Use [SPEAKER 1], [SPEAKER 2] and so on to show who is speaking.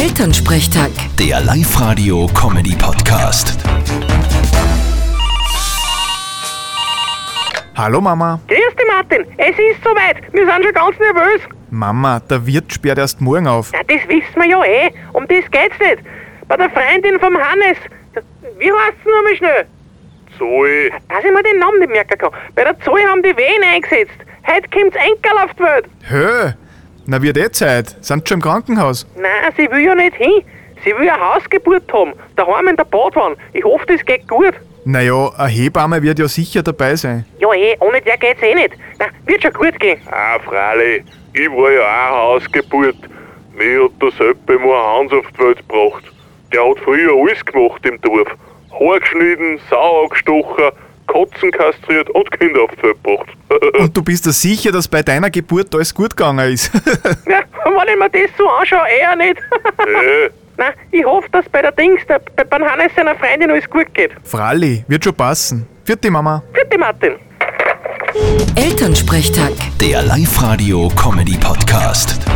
[SPEAKER 1] Elternsprechtag.
[SPEAKER 2] Der Live-Radio-Comedy-Podcast.
[SPEAKER 3] Hallo Mama.
[SPEAKER 4] Grüß dich, Martin. Es ist soweit. Wir sind schon ganz nervös.
[SPEAKER 3] Mama, der Wirt sperrt erst morgen auf.
[SPEAKER 4] Na, das wissen wir ja eh. Um das geht's nicht. Bei der Freundin vom Hannes. Wie heißt sie nochmal schnell?
[SPEAKER 5] Zoe,
[SPEAKER 4] Dass ich mir den Namen nicht merken kann. Bei der Zoe haben die Wehen eingesetzt. Heute kommt's Enkel auf die Welt.
[SPEAKER 3] Hö, na wird eh Zeit. Sind schon im Krankenhaus.
[SPEAKER 4] Nein, sie will ja nicht hin. Sie will eine Hausgeburt haben. Daheim in der Badwanne. Ich hoffe, das geht gut.
[SPEAKER 3] Naja, eine Hebamme wird ja sicher dabei sein.
[SPEAKER 4] Ja eh, ohne der geht's eh nicht. Na, wird schon gut gehen.
[SPEAKER 5] ah Frali, ich war ja auch Hausgeburt. Mir hat der Seppe mal Hans auf die Welt gebracht. Der hat früher alles gemacht im Dorf. Haar geschnitten, Sau angestochen, Katzen kastriert und Kinder auf die Welt gebracht.
[SPEAKER 3] Und du bist dir sicher, dass bei deiner Geburt alles gut gegangen ist.
[SPEAKER 4] Ja, wenn ich mir das so anschaue, eher nicht.
[SPEAKER 5] äh,
[SPEAKER 4] Na, ich hoffe, dass bei der Dings, der, bei beim Hannes seiner Freundin alles gut geht.
[SPEAKER 3] Fralli, wird schon passen. Vierte Mama.
[SPEAKER 4] Vierte Martin.
[SPEAKER 1] Elternsprechtag.
[SPEAKER 2] Der Live-Radio-Comedy-Podcast.